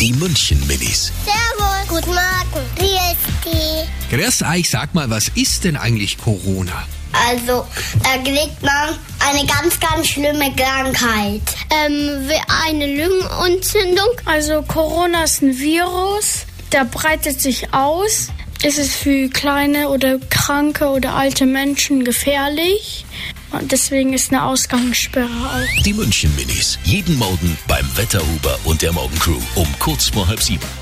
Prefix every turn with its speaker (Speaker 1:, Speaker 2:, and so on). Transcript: Speaker 1: Die München Minis.
Speaker 2: Servus. Guten Morgen. Grüß
Speaker 1: Grüß euch, sag mal, was ist denn eigentlich Corona?
Speaker 2: Also, da kriegt man eine ganz, ganz schlimme Krankheit. Ähm, wie eine Lungenentzündung.
Speaker 3: Also Corona ist ein Virus, der breitet sich aus. Es ist für kleine oder kranke oder alte Menschen gefährlich. Und deswegen ist eine Ausgangssperre auch.
Speaker 1: Die München Minis. Jeden Morgen beim Wetterhuber und der Morgencrew um kurz vor halb sieben.